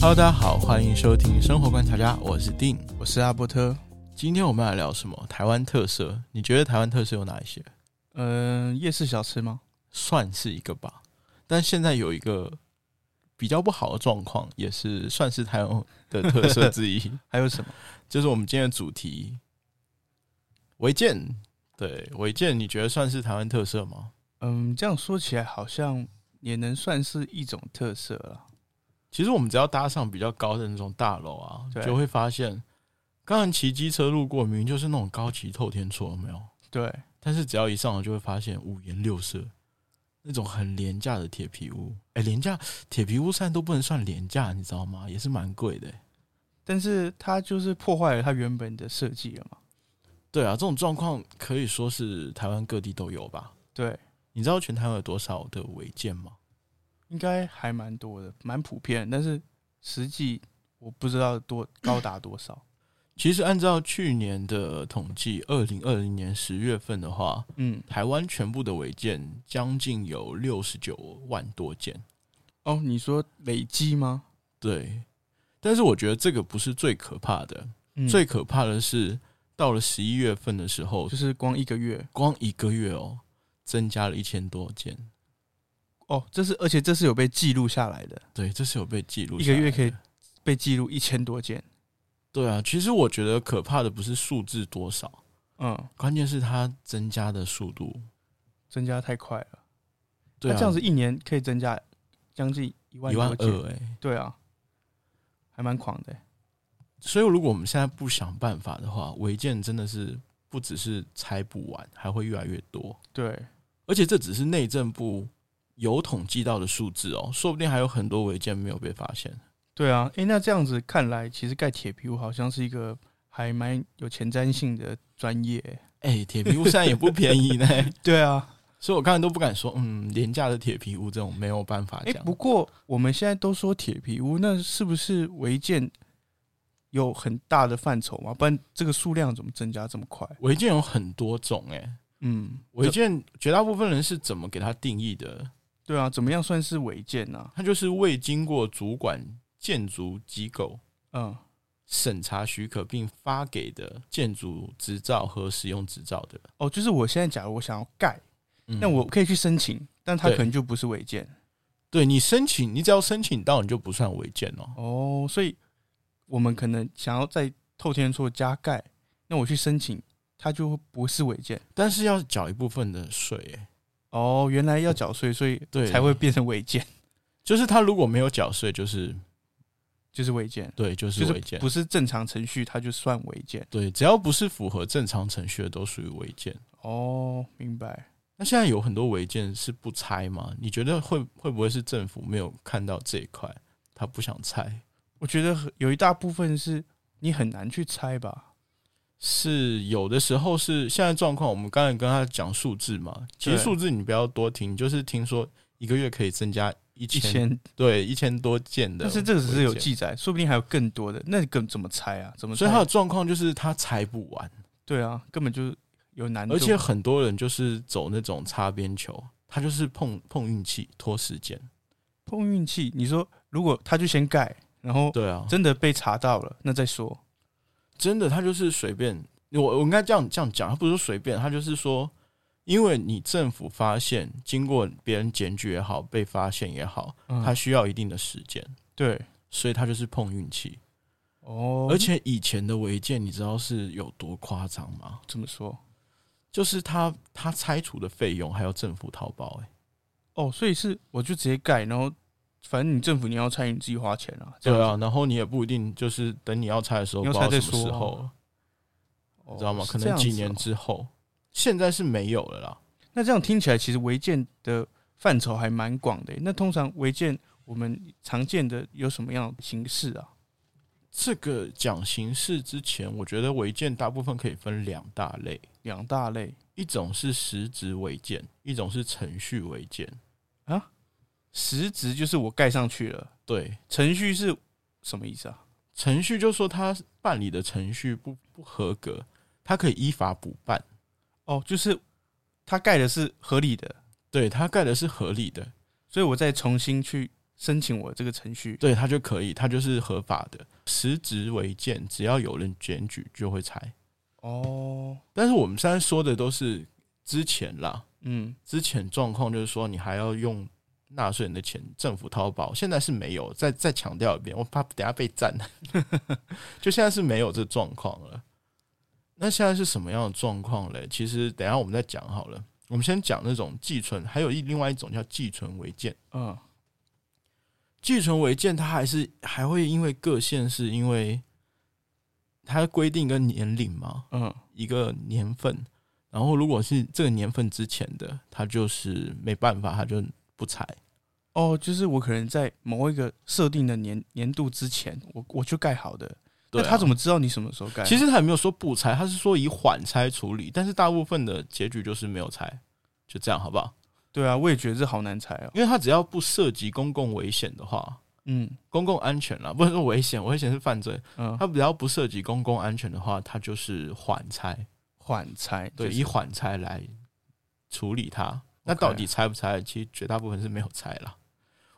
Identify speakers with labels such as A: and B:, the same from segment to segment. A: Hello，大家好，欢迎收听生活观察家，我是丁，
B: 我是阿波特。
A: 今天我们来聊什么？台湾特色？你觉得台湾特色有哪一些？
B: 嗯、夜市小吃吗？
A: 算是一个吧，但现在有一个比较不好的状况，也是算是台湾的特色之 一，
B: 还有什么？
A: 就是我们今天的主题违建。对，违建，你觉得算是台湾特色吗？
B: 嗯，这样说起来好像也能算是一种特色了。
A: 其实我们只要搭上比较高的那种大楼啊，
B: 对
A: 就会发现，刚才骑机车路过，明明就是那种高级透天厝，有没有？
B: 对，
A: 但是只要一上楼，就会发现五颜六色，那种很廉价的铁皮屋。哎、廉价铁皮屋现在都不能算廉价，你知道吗？也是蛮贵的、
B: 但是它就是破坏了它原本的设计了嘛。
A: 对啊，这种状况可以说是台湾各地都有吧？
B: 对，
A: 你知道全台湾有多少的违建吗？
B: 应该还蛮多的，蛮普遍的。但是实际我不知道多高达多少。
A: 其实按照去年的统计，二零二零年十月份的话，
B: 嗯，
A: 台湾全部的违建将近有六十九万多件。
B: 哦，你说累积吗？
A: 对，但是我觉得这个不是最可怕的，
B: 嗯
A: 最可怕的是到了十一月份的时候
B: 就，是光一个月
A: 光一个月哦，增加了一千多件。
B: 哦，这是而且这是有被记录下来的，
A: 对，这是有被记录
B: 一
A: 下来
B: 个
A: 的。
B: 月可以被记录一千多件。
A: 对啊，其实我觉得可怕的不是数字多少，
B: 嗯，
A: 关键是它增加的速度。
B: 增加太快了。
A: 对啊，
B: 那这样子一年可以增加将近一万
A: 一万
B: 多件
A: 二哎、
B: 对啊，还蛮狂的欸、
A: 所以如果我们现在不想办法的话，违建真的是不只是拆不完，还会越来越多。
B: 对，
A: 而且这只是内政部有统计到的数字哦，说不定还有很多违建没有被发现。
B: 对啊，诶、那这样子看来，其实盖铁皮屋好像是一个还蛮有前瞻性的专业欸、
A: 哎、铁皮屋现在也不便宜呢，
B: 对啊，
A: 所以我刚才都不敢说，嗯，廉价的铁皮屋这种没有办法
B: 诶、
A: 讲。
B: 哎不过我们现在都说铁皮屋，那是不是违建有很大的范畴嘛？不然这个数量怎么增加这么快？
A: 违建有很多种、哎，
B: 嗯，
A: 违
B: 这
A: 建绝大部分人是怎么给它定义的？
B: 对啊，怎么样算是违建啊呢、
A: 它就是未经过主管建筑机构
B: 嗯，
A: 审查许可并发给的建筑执照和使用执照的。
B: 哦，就是我现在假如我想要盖，
A: 嗯
B: 那我可以去申请，但它
A: 对
B: 可能就不是违建。
A: 对你申请，你只要申请到，你就不算违建哦。
B: 哦，所以我们可能想要在透天厝加盖，那我去申请，它就不是违建。
A: 但是要缴一部分的税、欸，
B: 哦，原来要缴税，所以
A: 对
B: 才会变成违建，
A: 就是他如果没有缴税，就是
B: 就是 违建，
A: 对，就是
B: 就是
A: 违建。
B: 不是正常程序，它就算违建。
A: 对，只要不是符合正常程序的，都属于违建。
B: 哦，明白。
A: 那现在有很多违建是不拆吗？你觉得会会不会是政府没有看到这一块，他不想拆？
B: 我觉得很有一大部分是你很难去猜吧。
A: 是有的时候是现在状况，我们刚才跟他讲数字嘛，其实
B: 对
A: 数字你不要多听，你就是听说一个月可以增加一
B: 一
A: 千，
B: 千，
A: 对一千多件的，
B: 但是这个只是有，记载，说不定还有更多的，那更怎么猜啊？怎么猜？
A: 所以他的状况就是他拆不完。
B: 对啊，根本就有难度。
A: 而且很多人就是走那种擦边球，他就是碰碰运气、拖时间。
B: 碰运气，你说如果他就先盖，然后
A: 对啊，真
B: 真的被查到了，那再说。
A: 真的他就是随便，我我应该这样这样讲，他不是说随便，他就是说，因为你政府发现，经过别人检举也好，被发现也好，
B: 嗯
A: 他需要一定的时间，
B: 对
A: 所以他就是碰运气。
B: 哦，
A: 而且以前的违建，你知道是有多夸张吗？
B: 怎么说？
A: 就是他他拆除的费用还要政府掏包、欸，
B: 哦，所以是我就直接盖，然后反正你政府你要参与，你自己花钱啊。这
A: 对
B: 样
A: 啊，然后你也不一定就是等你要拆的时候，
B: 你
A: 不
B: 要
A: 知道
B: 拆再
A: 什么时
B: 说啊
A: 候了。
B: 子哦
A: 你知道吗？
B: 是
A: 可
B: 这
A: 能
B: 样
A: 几
B: 子
A: 年
B: 哦
A: 之后，现在是没有了啦。
B: 那这样听起来，其实违建的范畴还蛮广的耶。欸那通常违建我们常见的有什么样的形式啊？
A: 这个讲形式之前，我觉得违建大部分可以分两大类，
B: 两大类
A: 一种是实质违建，一种是程序违建。
B: 啊，实质就是我盖上去了，
A: 对，
B: 程序是什么意思啊？
A: 程序就说他办理的程序不不合格，他可以依法补办。
B: 哦，就是他盖的是合理的，
A: 对他盖的是合理的，
B: 所以我再重新去申请我这个程序。
A: 对他就可以，他就是合法的。实质违建，只要有人检举就会拆。
B: 哦，
A: 但是我们现在说的都是之前啦，
B: 嗯，
A: 之前状况就是说你还要用纳税人的钱政府掏保，现在是没有。再再强调一遍，我怕等下被赞。 就现在是没有这状况了。那现在是什么样的状况嘞？其实等一下我们再讲好了。我们先讲那种寄存，还有一另外一种叫寄存违建。
B: 嗯，
A: 寄存违建，它还是还会因为各县市，因为它规定跟年龄嘛，
B: 嗯，
A: 一个年份，然后如果是这个年份之前的，它就是没办法，它就不采。
B: 哦，就是我可能在某一个设定的年年度之前，我我就盖好的。
A: 对、
B: 那他怎
A: 么？
B: 么啊知道你什么时候盖？
A: 其实他也没有说不拆，他是说以缓拆处理，但是大部分的结局就是没有拆，就这样好不好？
B: 对啊，我也觉得这好难猜哦。
A: 因为它只要不涉及公共危险的话，
B: 嗯
A: 公共安全啦，不是说危险，危险是犯罪，
B: 嗯，
A: 它只要不涉及公共安全的话，它就是缓拆。
B: 缓拆
A: 对，
B: 就是
A: 以缓拆来处理它。那到底拆不拆？其实绝大部分是没有拆啦。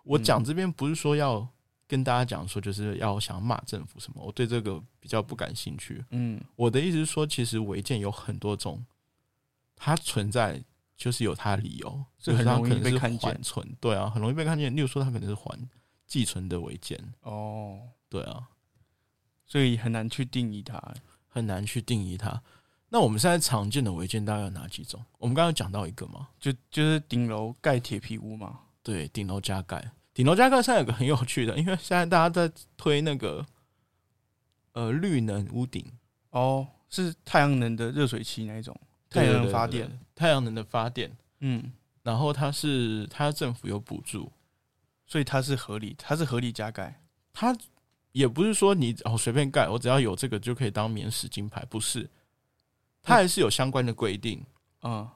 A: 我讲
B: 嗯
A: 这边不是说要跟大家讲说就是要想骂政府什么，我对这个比较不感兴趣。
B: 嗯
A: 我的意思是说，其实违建有很多种，它存在就是有它的理由，
B: 这很
A: 比如说
B: 容易
A: 它可能
B: 被
A: 是
B: 看见
A: 缓存，对啊，很容易被看见。例如说，它可能是还寄存的违建，
B: 哦，
A: 对啊，
B: 所以很难去定义它。
A: 很难去定义它。那我们现在常见的违建大概有哪几种？我们刚刚有讲到一个嘛，
B: 就就是顶楼盖铁皮屋嘛。
A: 对，顶楼加盖。顶楼加盖现在有个很有趣的，因为现在大家在推那个呃绿能屋顶，
B: 哦，是太阳能的热水器那一种，太
A: 对
B: 阳
A: 对
B: 能
A: 对
B: 发
A: 对
B: 电。
A: 对太阳能的发电。
B: 嗯，
A: 然后它是它政府有补助，
B: 所以它是合理，它是合理加盖。
A: 它也不是说你哦随便盖，我只要有这个就可以当免死金牌，不是，它还是有相关的规定，
B: 嗯，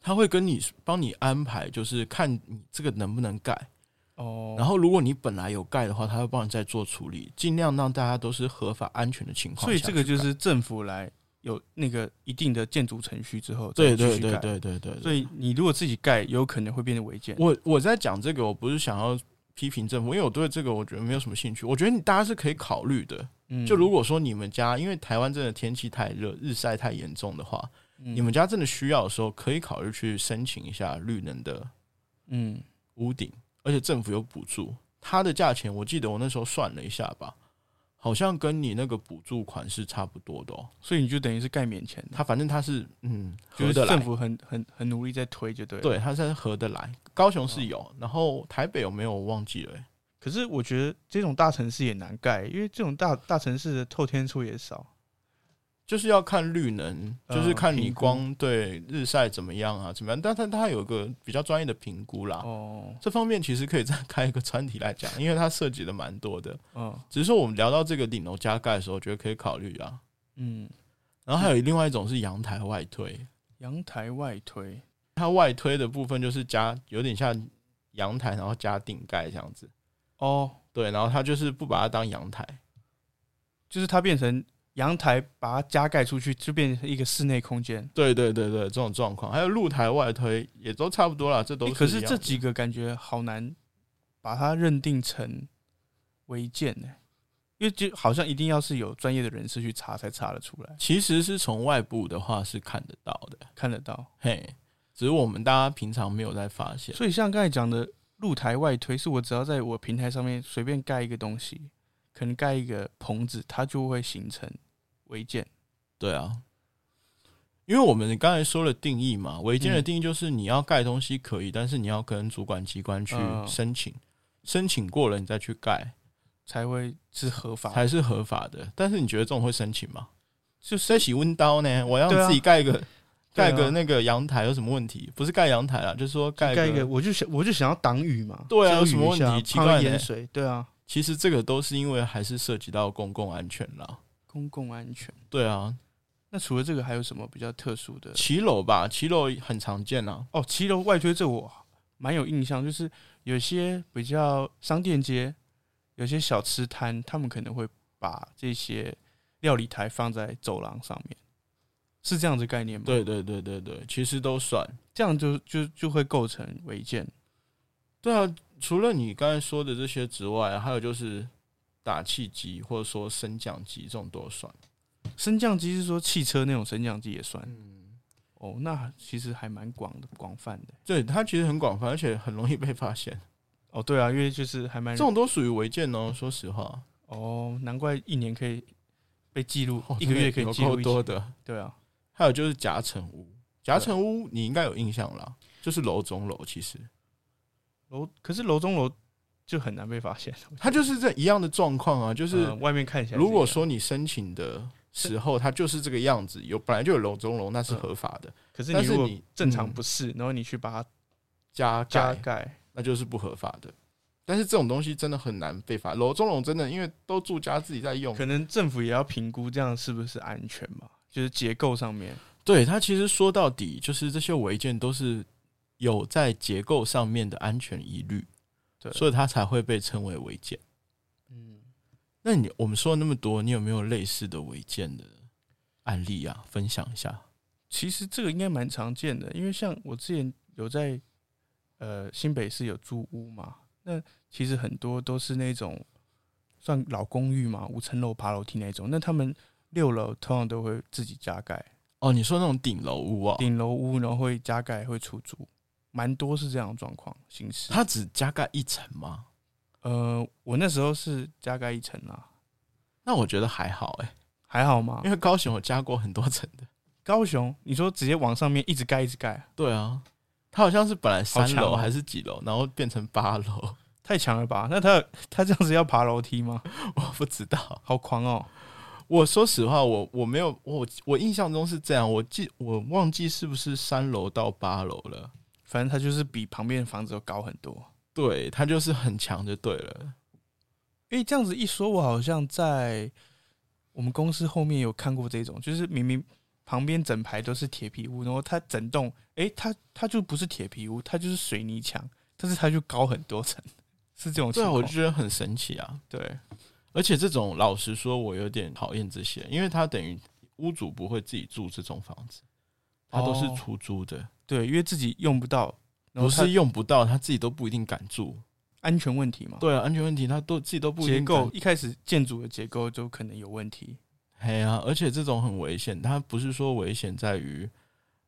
A: 它会跟你帮你安排，就是看你这个能不能盖。
B: 哦，
A: 然后如果你本来有盖的话，它会帮你再做处理，尽量让大家都是合法安全的情况下
B: 所以
A: 去盖。
B: 这个就是政府来有那个一定的建筑程序之后，
A: 对
B: 再
A: 对
B: 继续
A: 对
B: 盖。
A: 对对对对。嗯
B: 所以你如果自己盖，有可能会变成违建。
A: 我我在讲这个，我不是想要批评政府，因为我对这个我觉得没有什么兴趣。我觉得你大家是可以考虑的。
B: 嗯
A: 就如果说你们家因为台湾真的天气太热，日晒太严重的话，
B: 你
A: 你们家真的需要的时候，可以考虑去申请一下绿能的
B: 嗯
A: 屋顶，而且政府有补助，它的价钱我记得我那时候算了一下吧。好像跟你那个补助款是差不多的哦，
B: 所以你就等于是盖免钱的，
A: 它反正它是嗯
B: 就
A: 合
B: 是
A: 得
B: 政
A: 来，
B: 府很很很努力在推，就对。，
A: 对，它是合得来。高雄是有，然后台北有没有我忘记了欸、
B: 可是我觉得这种大城市也难盖，因为这种大大城市的透天处也少。
A: 就是要看绿能，
B: 呃
A: 就是看你
B: 评估
A: 光对日晒怎么样啊，怎么样？但它它有个比较专业的评估啦。
B: 哦，
A: 这方面其实可以再开一个专题来讲，因为它涉及的蛮多的。
B: 嗯
A: 只是说我们聊到这个顶楼加盖的时候，我觉得可以考虑啊。
B: 嗯，
A: 然后还有另外一种是阳台外推，
B: 阳台外推，
A: 它外推的部分就是加有点像阳台，然后加顶盖这样子。
B: 哦，
A: 对，然后它就是不把它当阳台，
B: 就是它变成阳台，把它加盖出去，就变成一个室内空间。
A: 对对对对，这种状况。还有露台外推也都差不多啦，这都
B: 诶
A: 是、
B: 可是这几。个感觉好难把它认定成违建呢、因为就好像一定要是有专业的人士去查才查得出来，
A: 其实是从外部的话是看得到的，
B: 看得到。
A: 嘿，只是我们大家平常没有在发现。
B: 所以像刚才讲的露台外推，是我只要在我平台上面随便盖一个东西，可能盖一个棚子，它就会形成违建。
A: 对啊，因为我们刚才说了定义嘛，违建的
B: 嗯
A: 定义就是你要盖东西可以，但是你要跟主管机关去
B: 嗯
A: 申请，申请过了你再去盖
B: 才会是合法的
A: 才是合法的。但是你觉得这种会申请吗？
B: 就
A: 谁洗温刀呢？我
B: 对
A: 要
B: 啊
A: 自己盖一个。
B: 对啊
A: 盖个那个阳台有什么问题？不是盖阳台啦，就是说盖
B: 盖一
A: 个
B: 个，我就想我就想要挡雨嘛，
A: 对啊
B: 遮
A: 有什么
B: 雨一
A: 问
B: 下
A: 题奇
B: 泡
A: 怪
B: 个
A: 呢
B: 盐水，对啊，
A: 其实这个都是因为还是涉及到公共安全啦。
B: 公共安全。
A: 对啊，
B: 那除了这个还有什么比较特殊的？
A: 骑楼吧，骑楼很常见啊。
B: 哦，骑楼外推这我蛮有印象，就是有些比较商店街，有些小吃摊，他们可能会把这些料理台放在走廊上面，是这样子概念吗？，
A: 对对对对对，其实都算。
B: 这样就就就会构成违建。
A: 对啊，除了你刚才说的这些之外，还有就是打气机或者说升降机这种都算。
B: 升降机是说汽车那种升降机也算
A: 嗯，
B: 哦，那其实还蛮广的广泛的
A: 对，它其实很广泛，而且很容易被发 现。
B: 哦。对啊，因为就是还蛮
A: 这种都属于违建哦，说实话，
B: 哦，难怪一年可以被记录，
A: 哦
B: 一个月可以
A: 有
B: 记录
A: 够
B: 一
A: 多
B: 起。
A: 的。
B: 对啊，
A: 还有就是夹层屋，夹层屋你应该有印象啦，就是楼中楼，其实
B: 楼可是楼中楼就很难被发现，
A: 它就是这一样的状况啊，就
B: 就是呃外面看起来是一样。
A: 如果说你申请的时候，它就是这个样子，有本来就有楼中楼，那是合法的，
B: 可是
A: 但
B: 你
A: 是
B: 如果
A: 你
B: 正常
A: 嗯
B: 不是，然后你去把它
A: 加
B: 加
A: 盖，
B: 盖，
A: 那就是不合法的。但是这种东西真的很难被罚，楼中楼真的因为都住家自己在用，
B: 可能政府也要评估这样是不是安全吧，就是结构上面。
A: 对它其实说到底就是这些违建都是有在结构上面的安全疑虑，
B: 对，
A: 所以它才会被称为违建。
B: 嗯，
A: 那你我们说了那么多，你有没有类似的违建的案例啊？分享一下。
B: 其实这个应该蛮常见的，因为像我之前有在呃新北市有租屋嘛，那其实很多都是那种算老公寓嘛，五层楼爬楼梯那种，那他们六楼通常都会自己加盖，
A: 哦，你说那种顶楼屋哦，
B: 顶楼屋然后会加盖会出租，蛮多是这样的状况形式。
A: 它只加盖一层吗？
B: 呃，我那时候是加盖一层啦，
A: 那我觉得还好哎、
B: 还好吗
A: 因？为高雄我加过很多层的。
B: 高雄，你说直接往上面一直盖一直盖，
A: 对啊，它好像是本来三
B: 好强
A: 楼
B: 哦
A: 还是几楼，然后变成八楼，
B: 太强了吧？那他他这样子要爬楼梯吗？
A: 我不知道。
B: 好狂哦！
A: 我说实话，我我没有我我印象中是这样，我记我忘记是不是三楼到八楼了。
B: 反正它就是比旁边的房子都高很多。
A: 对，它就是很强就对了。
B: 哦因为这样子一说，我好像在我们公司后面有看过这种，就是明明旁边整排都是铁皮屋，然后它整栋，诶，它它就不是铁皮屋，它就是水泥墙，但是它就高很多层，是这种情
A: 对啊，
B: 况。
A: 我就觉得很神奇啊。
B: 对
A: 而且这种老实说，我有点讨厌这些，因为他等于屋主不会自己住这种房子，他都是
B: 哦
A: 出租的，
B: 对，因为自己用不到，然
A: 不
B: 后它
A: 是用不到，他自己都不一定敢住。
B: 安全问题嘛。
A: 对啊，安全问题他都自己都不一
B: 结
A: 定敢
B: 构。一开始建筑的结构就可能有问题，
A: 嘿啊，而且这种很危险，他不是说危险在于，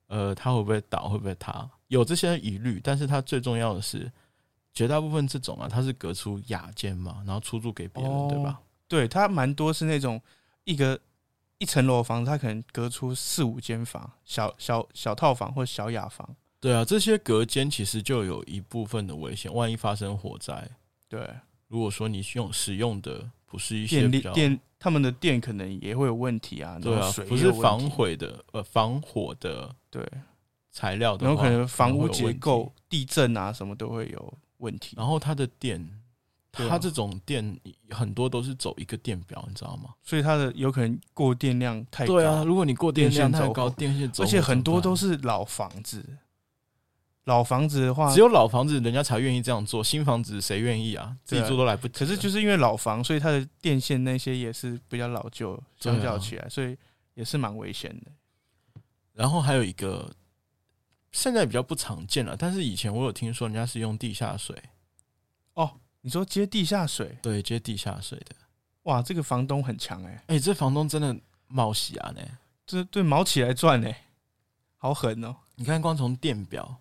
A: 呃，他会不会倒，会不会塌，有这些疑虑，但是他最重要的是，绝大部分这种啊，他是隔出雅间嘛，然后出租给别人，
B: 哦
A: 对吧？
B: 对，它蛮多是那种一个一层楼的房子，它可能隔出四五间房，小小小套房或小雅房。
A: 对啊，这些隔间其实就有一部分的危险，万一发生火灾。
B: 对，
A: 如果说你用使用的不是一些
B: 电
A: 比
B: 力
A: 较
B: 电他们的电可能也会有问题啊，
A: 对
B: 然
A: 啊
B: 后水，
A: 不
B: 也
A: 是
B: 有问
A: 防
B: 题，
A: 毁的呃防火的
B: 对，
A: 材料的
B: 然
A: 话，
B: 后可能房屋
A: 会有
B: 结
A: 问题哦
B: 构、，地震啊什么都会有问题。
A: 然后它的电，
B: 对啊
A: 它这种电很多都是走一个电表，你知道吗？
B: 所以它的有可能过电量太高，
A: 对啊，如果你过电量
B: 电线
A: 太
B: 走
A: 高，
B: 火
A: 电线走火怎么
B: 而
A: 办，
B: 且很多都是老房子。老房子的话，
A: 只有老房子人家才愿意这样做，新房子谁愿意啊？自
B: 对啊
A: 己住都来不及了。
B: 可是就是因为老房，所以它的电线那些也是比较老旧，
A: 对啊
B: 相较起来，所以也是蛮危险的。
A: 然后还有一个现在比较不常见了，但是以前我有听说人家是用地下水，
B: 你说接地下水，
A: 对，接地下水的。
B: 哇，这个房东很强哎、
A: 哎、这房东真的冒喜啊呢！
B: 这对毛起来赚哎、好狠哦、
A: 你看，光从电表、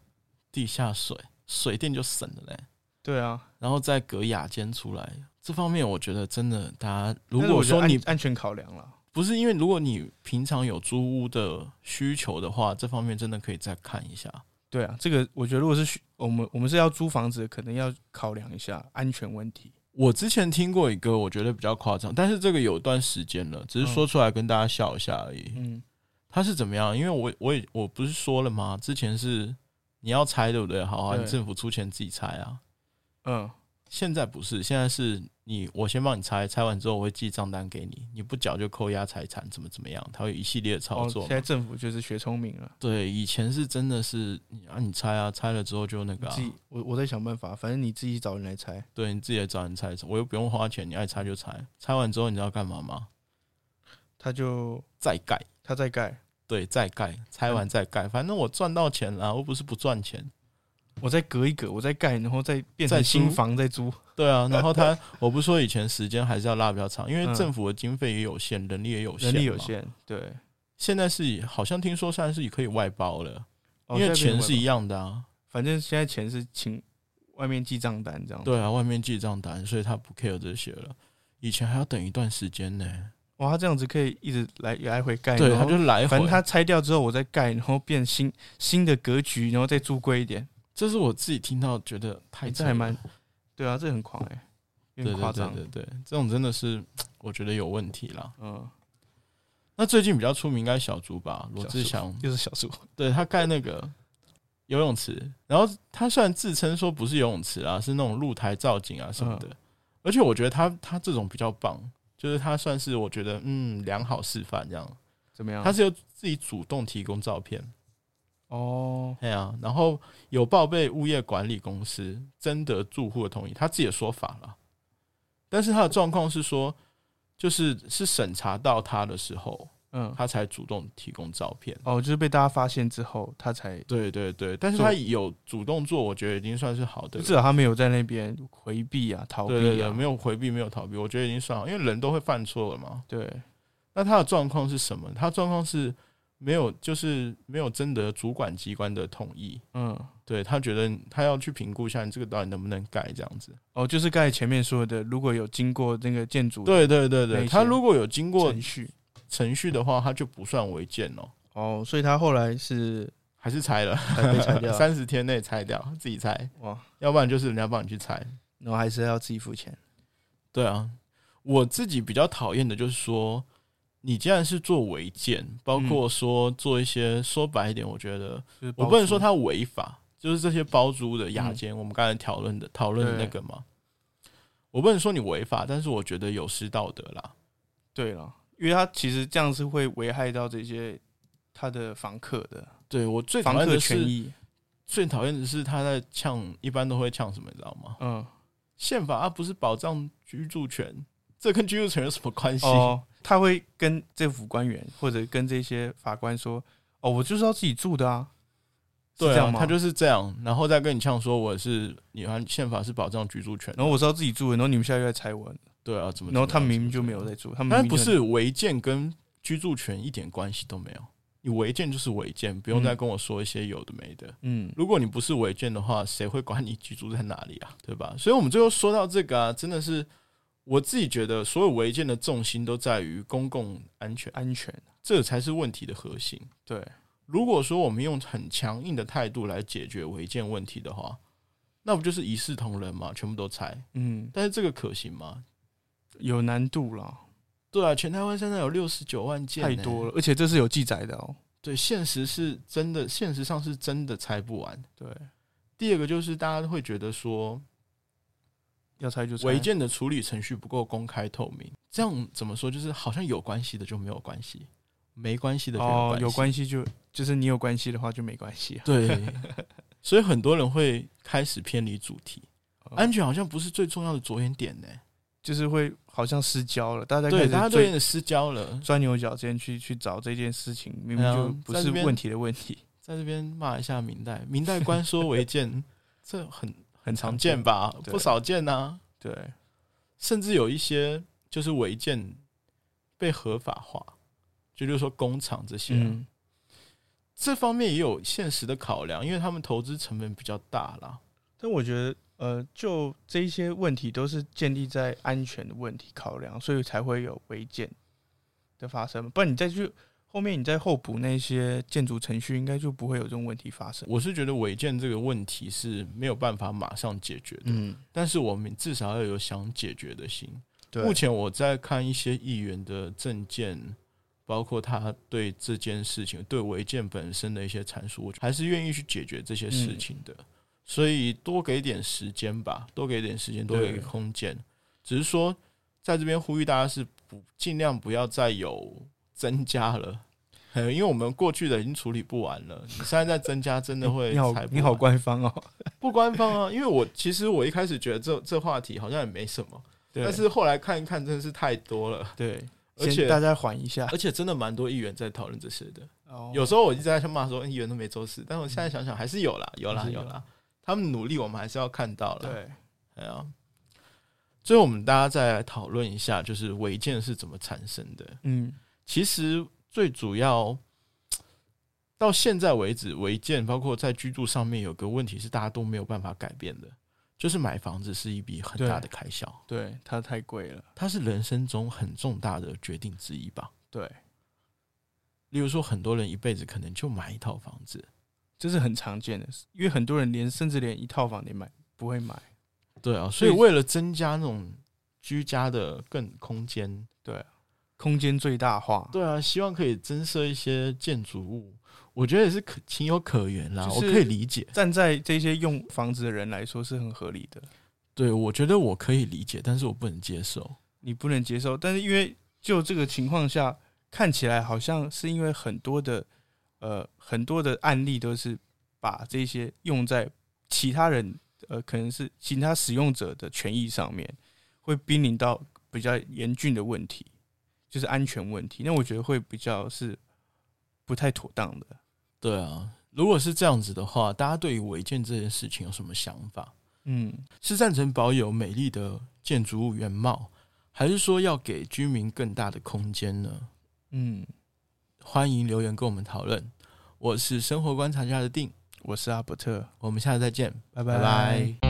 A: 地下水、水电就省了嘞，
B: 对啊，
A: 然后再隔雅间出来，这方面我觉得真的，大家如
B: 但是
A: 果
B: 我觉得
A: 说你
B: 安安全考量了，
A: 不是因为如果你平常有租屋的需求的话，这方面真的可以再看一下。
B: 对啊，这个我觉得如果是需我们我们是要租房子的，可能要考量一下安全问题。
A: 我之前听过一个，我觉得比较夸张，但是这个有段时间了，只是说出来跟大家笑一下而已。
B: 嗯，
A: 他是怎么样？因为我我也我不是说了吗？之前是你要拆对不对？好啊，
B: 对
A: 你政府出钱自己拆啊。
B: 嗯，
A: 现在不是，现在是你我先帮你拆，拆完之后我会寄账单给你，你不缴就扣押财产，怎么怎么样？它会有一系列的操
B: 哦，
A: 作
B: 现
A: 嘛。
B: 在政府就是学聪明了，
A: 对，以前是真的是你啊，你拆啊，拆了之后就那个、啊
B: 自，己我我在想办法，反正你自己找人来拆，
A: 对，你自己来找人拆，我又不用花钱，你爱拆就拆。拆完之后你知道干嘛吗？
B: 他就
A: 再盖。
B: 他再盖，
A: 啊对，再盖，拆完再盖，反正我赚到钱了，我不是不赚钱。
B: 我再隔一隔，我再盖，然后再变成
A: 再租
B: 新房再租。
A: 对啊，然后 他，我不是说以前时间还是要拉比较长，因为
B: 嗯
A: 政府的经费也有限，人力也有限，
B: 人力有。限，对，
A: 现在是以好像听说现在是可以外包了，因
B: 哦
A: 为
B: 现在变
A: 钱
B: 成
A: 是
B: 外
A: 一样的啊。
B: 包反正现在钱是请外面记账单这样。，
A: 对啊，外面记账单，所以他不 care 这些了。以前还要等一段时间呢、
B: 哇，他这样子可以一直来来回盖，
A: 对，
B: 哎然
A: 他
B: 后
A: 就来回。
B: 反正他拆掉之后，我再盖，然后变新新的格局，然后再租贵一点。
A: 这是我自己听到觉得太
B: 欸
A: 扯
B: 这
A: 了、
B: 还蛮对啊，这很狂哎、欸，有
A: 对
B: 点夸
A: 对对
B: 张。
A: 对对，这种真的是我觉得有问题啦。
B: 嗯，
A: 那最近比较出名应该小猪吧，罗志
B: 小
A: 祥，
B: 又是小树，
A: 对他盖那个游泳池，然后他虽然自称说不是游泳池啊，是那种露台造景啊什么
B: 嗯
A: 的，而且我觉得他他这种比较棒，就是他算是我觉得嗯良好示范这样，
B: 怎么样？
A: 他是由自己主动提供照片，
B: 哦，
A: 哎呀、然后有报备物业管理公司征得住户的同意，他自己的说法了。但是他的状况是说，就是是审查到他的时候，
B: 嗯，
A: 他才主动提供照片。
B: 哦，就是被大家发现之后，他才
A: 对对对，但是他有主动做，我觉得已经算是好的了。
B: 至少他没有在那边回避啊、逃避
A: 对对对，
B: 啊，
A: 没有回避，没有逃避，我觉得已经算好，因为人都会犯错了嘛。
B: 对，
A: 那他的状况是什么？他的状况是没有，就是没有征得主管机关的同意。
B: 嗯，
A: 对他觉得他要去评估一下你这个到底能不能盖这样子。
B: 哦，就是刚才前面说的，如果有经过那个建筑
A: 对对对
B: 那
A: 对，
B: 些
A: 他如果有经过
B: 程序，
A: 程序的话，他就不算违建哦，
B: 哦，所以他后来是
A: 还是拆了，
B: 才被拆掉，
A: 三十天内拆掉，自己拆，
B: 哇，
A: 要不然就是人家帮你去拆。
B: 然后还是要自己付钱，
A: 对啊，我自己比较讨厌的就是说，你既然是做违建，包括说做一些说白一点，我觉得
B: 就是包
A: 我不能
B: 租
A: 说它违法，就是这些包租的押间，我们刚才讨论的讨论的那个嘛，我不能说你违法，但是我觉得有失道德啦。
B: 对了，因为他其实这样是会危害到这些他的房客的
A: 对我最
B: 房
A: 讨厌
B: 客
A: 的
B: 权
A: 是，
B: 益，
A: 最讨厌的是他在呛，一般都会呛什么，你知道吗？
B: 嗯，
A: 宪法啊它不是保障居住权，这跟居住权有什么关系？
B: 哦，他会跟政府官员或者跟这些法官说，哦，我就是要自己住的啊，是
A: 对
B: 这样
A: 啊，
B: 吗？
A: 他就是这样，然后再跟你呛说我是你看宪法是保障居住权，
B: 然后我是要自己住的，然后你们现在又在拆我，
A: 对啊，怎么？
B: 然后他们
A: 们
B: 明明就没有，在住，他们
A: 但
B: 明明
A: 不
B: 就，
A: 是违建跟居住权一点关系都没有，你违建就是违建，不用再跟我说一些有的没的。
B: 嗯，
A: 如果你不是违建的话，谁会管你居住在哪里啊？对吧？所以，我们最后说到这个啊，真的是我自己觉得，所有违建的重心都在于公共安全，
B: 安全，啊
A: 这才是问题的核心。
B: 对，
A: 如果说我们用很强硬的态度来解决违建问题的话，那不就是一视同仁嘛，全部都拆？
B: 嗯，
A: 但是这个可行吗？
B: 有难度啦，
A: 对啊，全台湾现在有六十九万件、
B: 太多。了，而且这是有记载的哦，
A: 对，现实是真的，现实上是真的拆不完。
B: 对，
A: 第二个就是大家会觉得说，
B: 要拆就拆，
A: 违建的处理程序不够公开透明，这样怎么说？就是好像有关系的就没有关系，没关系的就
B: 哦，有
A: 有系。
B: 关系就就是你有关系的话就没关系啊，
A: 对， 所以很多人会开始偏离主题，
B: 哦
A: 安全好像不是最重要的着眼点呢、
B: 就是会好像失焦了，大家开
A: 对，
B: 始
A: 大家都有
B: 追
A: 点失焦了，
B: 钻牛角尖去去找这件事情，明明
A: 哎呀
B: 就不
A: 在
B: 是
A: 这边
B: 问题的问题，
A: 在这边骂一下明代，明代官说违 建，这很
B: 很
A: 常见吧，
B: 对
A: 不少见呐、啊，
B: 对，
A: 甚至有一些就是违建被合法化，就比如说工厂这些啊、
B: 嗯，
A: 这方面也有现实的考量，因为他们投资成本比较大啦。
B: 但我觉得，呃，就这一些问题都是建立在安全的问题考量，所以才会有违建的发生。不然你再去后面，你再后补那些建筑程序，应该就不会有这种问题发生。
A: 我是觉得违建这个问题是没有办法马上解决的，
B: 嗯，
A: 但是我们至少要有想解决的心。
B: 对
A: 目前我在看一些议员的证件，包括他对这件事情、对违建本身的一些阐述，我还是愿意去解决这些事情的。
B: 嗯
A: 所以多给点时间吧，多给点时间，多给
B: 对
A: 点空间。只是说，在这边呼吁大家是不尽量不要再有增加了。 呃因为我们过去的已经处理不完了，你现在再增加真的会
B: 你好
A: 裁，不
B: 你好
A: 完
B: 官方哦。
A: 不官方啊，因为我其实我一开始觉得这这话题好像也没什么，
B: 对，
A: 但是后来看一看，真的是太多了，
B: 对，
A: 而
B: 先
A: 且
B: 大家缓一下。
A: 而且真的蛮多议员在讨论这些的。
B: 哦
A: 哎有时候我一直在骂说嗯议员都没做事，但我现在想想还是有啦，有啦
B: 还是有
A: 有啦，他们努力我们还是要看到了。
B: 对，
A: 哎呀，最后我们大家再来讨论一下，就是违建是怎么产生的。
B: 嗯，
A: 其实最主要到现在为止，违建包括在居住上面有个问题是大家都没有办法改变的，就是买房子是一笔很大的开销，
B: 对，它太贵了，
A: 它是人生中很重大的决定之一吧。
B: 对，
A: 例如说，很多人一辈子可能就买一套房子，
B: 这是很常见的，因为很多人连甚至连一套房也买不会买，
A: 对啊，所
B: 所
A: 以
B: 以
A: 为了增加那种居家的更空间，
B: 空间最大化，
A: 对啊，希望可以增设一些建筑物，我觉得也是可情有可原啦，
B: 就是
A: 我可以理解。
B: 站在这些用房子的人来说是很合理的，
A: 对，我觉得我可以理解，但是我不能接受。
B: 你不能接受，但是因为就这个情况下，看起来好像是因为很多的呃很多的案例都是把这些用在其他人呃可能是其他使用者的权益上面，会濒临到比较严峻的问题，就是安全问题。那我觉得会比较是不太妥当的。
A: 对啊，如果是这样子的话，大家对于违建这件事情有什么想法？
B: 嗯，
A: 是赞成保有美丽的建筑物原貌，还是说要给居民更大的空间呢？
B: 嗯，
A: 欢迎留言跟我们讨论。我是生活观察家的定，
B: 我是阿伯特，
A: 我们下次再见，
B: 拜
A: 拜拜